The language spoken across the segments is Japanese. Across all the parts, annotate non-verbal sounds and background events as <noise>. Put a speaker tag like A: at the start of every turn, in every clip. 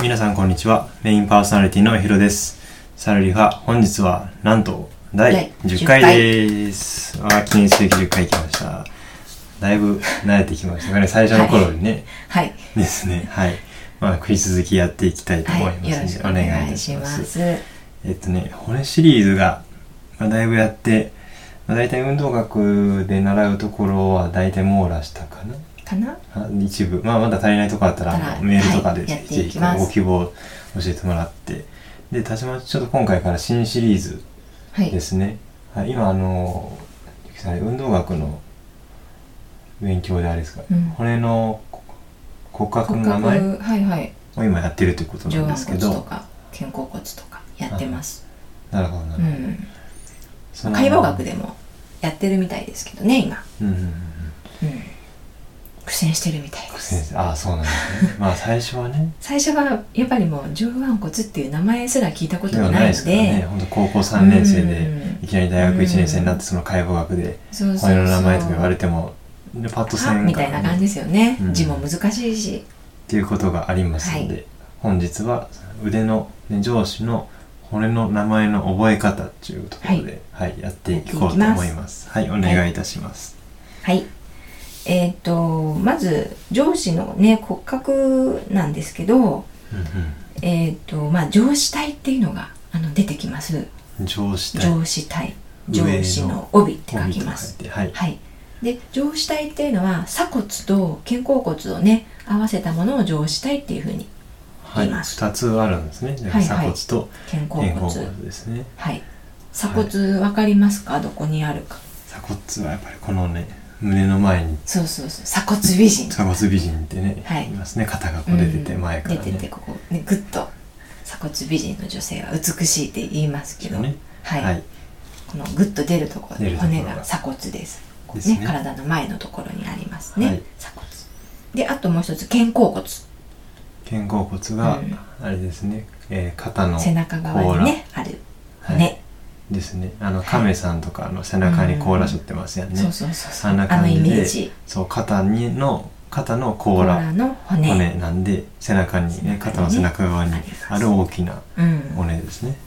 A: 皆さんこんにちはメインパーソナリティのひろですサルリファ本日はなんと第
B: 第
A: 10回ですあー記念すべき10回来ましただいぶ慣れてきましたかね最初の頃にね、
B: はい、
A: ですねはいまあ食い続きやっていきたいと思い
B: は
A: ますの
B: い、
A: で、
B: よろしくお
A: お願いい
B: 願
A: た
B: い
A: し
B: し
A: ま
B: ますす。
A: えっとね骨シリーズが、まあ、だいぶやって、まあ、大体運動学で習うところは大体網羅したかな
B: かな、
A: あ一部、まあ、まだ足りないとこあったら、
B: あら
A: あのメールとかで、
B: はいやって
A: ぜ
B: い
A: ひ
B: きます
A: ご希望を教えてもらってでたちまちちょっと今回から新シリーズ
B: はい、
A: ですね、はい、今あのゆきさん運動学の勉強であれですか、
B: うん
A: 骨の骨格の
B: 骨
A: 名
B: 格
A: 前
B: はいはい、
A: を今やってるということ
B: 上
A: なんで
B: 腕
A: すけ
B: 骨
A: ど
B: とか肩甲骨とかやってます。
A: なるほどな
B: う
A: るほど
B: ん、
A: その
B: 解剖学でもやってるみたいですけどね、今。
A: うんうんうんうん
B: うん、苦戦してるみたいで
A: 先
B: す。
A: 生ああそうなんです
B: <laughs>
A: ねまあ最初はね
B: 最初はやっぱりもう上腕骨っていう名前すら聞いたこと
A: では
B: が
A: ない
B: な
A: で
B: いの
A: すからね
B: で、
A: 本当高校3年生
B: う
A: で
B: ん
A: いきなり大学1年生になってその解剖学で
B: そうそう
A: 骨
B: そう
A: の名前とか言われてもでパッとせんから
B: はみたいな感じですよね
A: うん。
B: 字も難しいし、
A: っていうことがありますので、
B: は
A: 本日は腕の、ね、上司の骨の名前の覚え方っていうところで、はいやっていこうと思います
B: やっていき
A: はいお願いいたします、
B: はい。えっ、と、まず、上司のね、骨格なんですけど、えっ、と、まあ、上司体っていうのが、あの、出てきます。
A: 上司体
B: 上司体。
A: 上の
B: 上司の帯って書きます。
A: 帯と書いてはい、
B: はい。で、上司体っていうのは、鎖骨と肩甲骨をね、合わせたものを上司体っていうふうに、
A: はい
B: います
A: 2つあるんですねだから
B: はい
A: 鎖
B: はい
A: 骨と
B: 肩甲
A: 肩
B: 骨。
A: 甲骨ですね、
B: はい。鎖骨わかりますか、どこにあるか。
A: 鎖骨はやっぱりこのね胸の前に
B: そうそうそう。鎖骨美人。
A: 鎖骨美人ってね、
B: はい
A: いますね肩がこう出てて
B: うん
A: 前からね、
B: 出ててここねグッと鎖骨美人の女性は美しいって言いますけど、
A: ね
B: はい、
A: はい
B: このグッと出るところ
A: 出るところが
B: 骨が鎖骨ですこう
A: ですね
B: ね体の前のところにありますね、
A: はい
B: 鎖骨であともう一つ肩甲骨
A: 肩甲骨が
B: うん
A: あれですね、えー肩の
B: 背中側にねある
A: はい
B: 骨、
A: ですねあの亀さんとかあの背中に甲羅しょってますよね、
B: そうそうそうそう
A: あんな
B: あの
A: 感
B: イ
A: じ
B: メ
A: で
B: ージ
A: そう肩にの肩の甲
B: 甲
A: 羅
B: 羅の骨
A: 骨なんで背中にね
B: 背中にね
A: 肩の背中側に
B: あります
A: ある大きな
B: うん、こ
A: 骨ですね、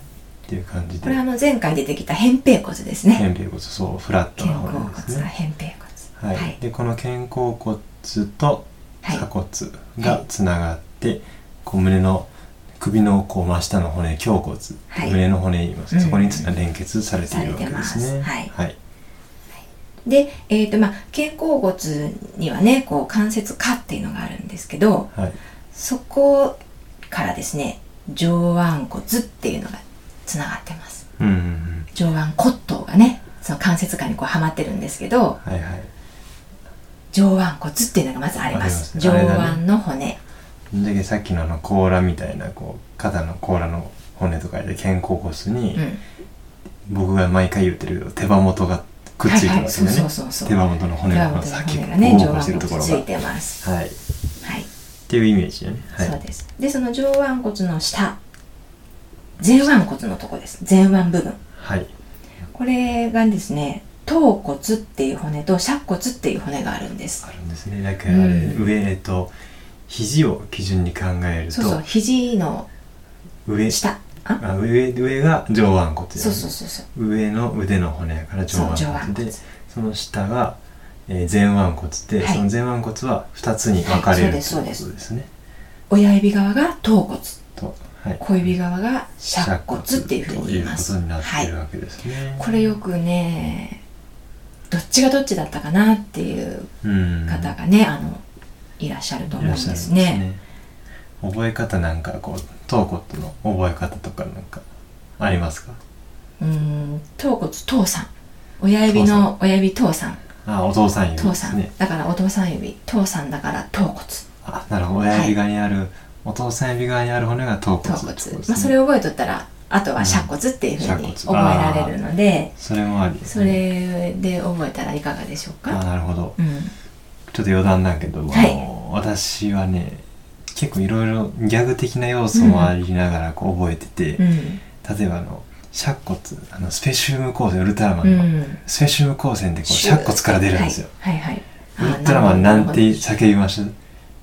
A: っていう感じで
B: れあの前回出てきた扁平骨ですね
A: 肩甲骨そうフラット
B: 肩
A: な
B: 甲骨
A: 骨
B: が
A: ですね
B: 扁平
A: は
B: 骨
A: い、でこの肩甲骨と
B: はい
A: 鎖骨がつながって、こう胸の首のこう真下の骨胸骨、
B: はい
A: 胸の骨言います、
B: うん
A: そこにつな連結されているわけです
B: されて
A: ね
B: ますはい
A: はい、
B: で、えーとまあ、肩甲骨にはねこう関節下っていうのがあるんですけど
A: はい
B: そこからですね上腕骨っていうのがつながってます
A: うんうんうん
B: 上腕骨頭がねその関節下にこうはまってるんですけど
A: はいはい
B: 上腕骨っていうのがまずあります
A: ありますねあれだね
B: 上腕の骨
A: だけどさっきのあの甲羅みたいなこう肩の甲羅の骨とかで肩甲骨に、
B: うん
A: 僕が毎回言ってる手羽元がくっついて
B: はい
A: ま
B: はい
A: す
B: そう
A: よね、
B: そうそうそう
A: 手羽元の骨
B: 上腕
A: が
B: 骨の
A: さっき
B: 骨がね
A: ゴ
B: 上
A: ーゴーして
B: 腕
A: るとこ
B: 骨
A: ろ
B: つ
A: が
B: いてます
A: はいっ
B: はい、
A: ていうイメージだねはい
B: そうですでその上腕骨の下前腕骨のとこです前腕部分
A: はい
B: これがですね頭骨っていう骨と尺骨っていう骨があるんです
A: あるんですねだからあれ、
B: うん
A: 上えっと肘を基準に考えると
B: そうそう肘の
A: 上
B: 下あ
A: あ上上が上腕骨、ね、
B: そうそうそうそう
A: 上の腕の骨やから上腕
B: そう上
A: 骨
B: 腕
A: で
B: 骨
A: その下が、えー前腕骨で、
B: はい
A: その前腕骨は2つに分かれる、
B: はい
A: と
B: そう
A: いうこ
B: です
A: とですね
B: 親指側が頭骨
A: と、はい、
B: 小指側が尺骨っていうふうに言います
A: ということになっている
B: はい、
A: わけですね、
B: これよくねどっちがどっちだったかなっていう
A: うん
B: 方がね、あのいらっしゃると思うんですね
A: いらっしゃるんですね覚え方なんかこう頭骨の覚え方とかなんかありますか
B: うーん頭骨頭さん親指の親指頭さん
A: あお父さん指
B: 頭
A: で
B: さ
A: す
B: ん、
A: ね
B: だからお父さん指頭さんだから頭骨
A: あなるほど親指側にある、お父さん指側にある骨が頭骨
B: 頭
A: って
B: 骨、
A: ことですね
B: まあ、それを覚えとったらあとは尺骨っていうふうに
A: 尺
B: 覚
A: 骨
B: えられるので、
A: それもありです
B: そ
A: ね、
B: れで覚えたらいかがでしょう
A: あ
B: か、
A: なるほど
B: うん、
A: ちょっと余談だけど、
B: はい
A: あの私はね結構いろいろギャグ的な要素もありながらこう覚えてて、
B: うん
A: 例えばあの尺骨あのスペシウム光線ウルトラマ
B: う
A: ンの、
B: ん
A: スペシウム光線ってこう尺骨から出るんですよ、
B: はいはいはい
A: ウルトラマンなんて
B: い
A: 叫びました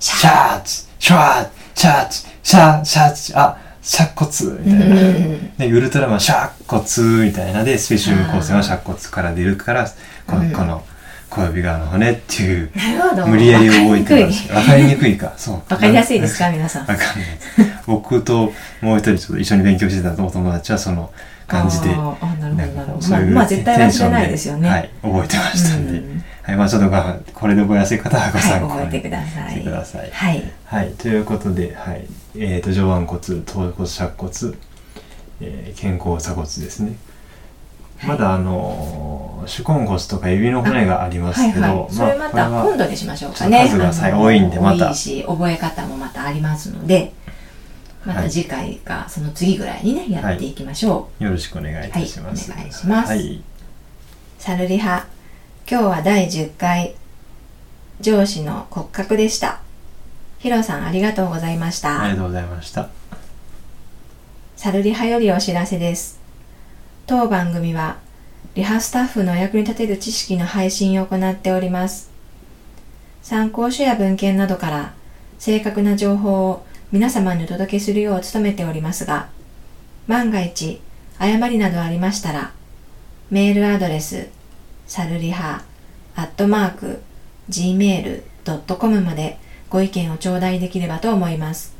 A: シャーチシャーチシャーチシャー、シャー、シャあ、シャー骨みたいな。
B: うん
A: で、ウルトラマン、シャー骨みたいな。で、スペシウム光線はシャー骨から出るから、こ
B: うん
A: の、この、小指側の骨っていう、
B: なるほど
A: 無理やり覚えてま
B: わかりに
A: し
B: くい
A: た。わかりにくいか。そう。
B: わかりやすいですか皆さ
A: わ
B: ん
A: かんないです。僕ともう一人ちょっと一緒に勉強してたお友達はその感じで、
B: あーあなるほどなる
A: ん
B: ほ
A: か
B: どまあまあ絶対忘れないですよね
A: はい、覚えてましたんで。
B: うん
A: はい、まあちょっとがこれで覚えやすい方はご
B: はい
A: 参考に、
B: 覚えてくださ
A: して
B: い
A: ください
B: はい
A: はい、ということで、はい、えっ、と、上腕骨、頭骨、尺骨、えー肩甲鎖骨ですね。
B: はい
A: まだあのー手根骨とか指の骨があります
B: はい
A: けど、
B: はい、それ
A: こ
B: ま
A: れ
B: た
A: は
B: 今度にしましょうかね。
A: ちょっと数がさ
B: あの
A: 多いんでまた
B: 多いし、覚え方もまたありますので、ま
A: は
B: た
A: い
B: 次回か、その次ぐらいにね、やっていきましょう。
A: よろしくお願いいたします。
B: はいお願いします
A: はい、
B: サルリハ、今日は第10回、上司の骨格でした。ヒロさんありがとうございました。
A: ありがとうございました。
B: サルリハよりお知らせです。当番組は、リハスタッフのお役に立てる知識の配信を行っております。参考書や文献などから、正確な情報を皆様にお届けするよう努めておりますが、万が一、誤りなどありましたら、メールアドレス、サルリハ、アットマーク、gmail.com までご意見を頂戴できればと思います。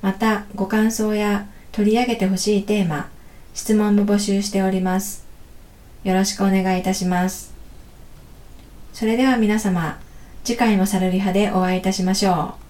B: またご感想や取り上げてほしいテーマ質問も募集しておりますよろしくお願いいたしますそれでは皆様次回もサルリハでお会いいたしましょう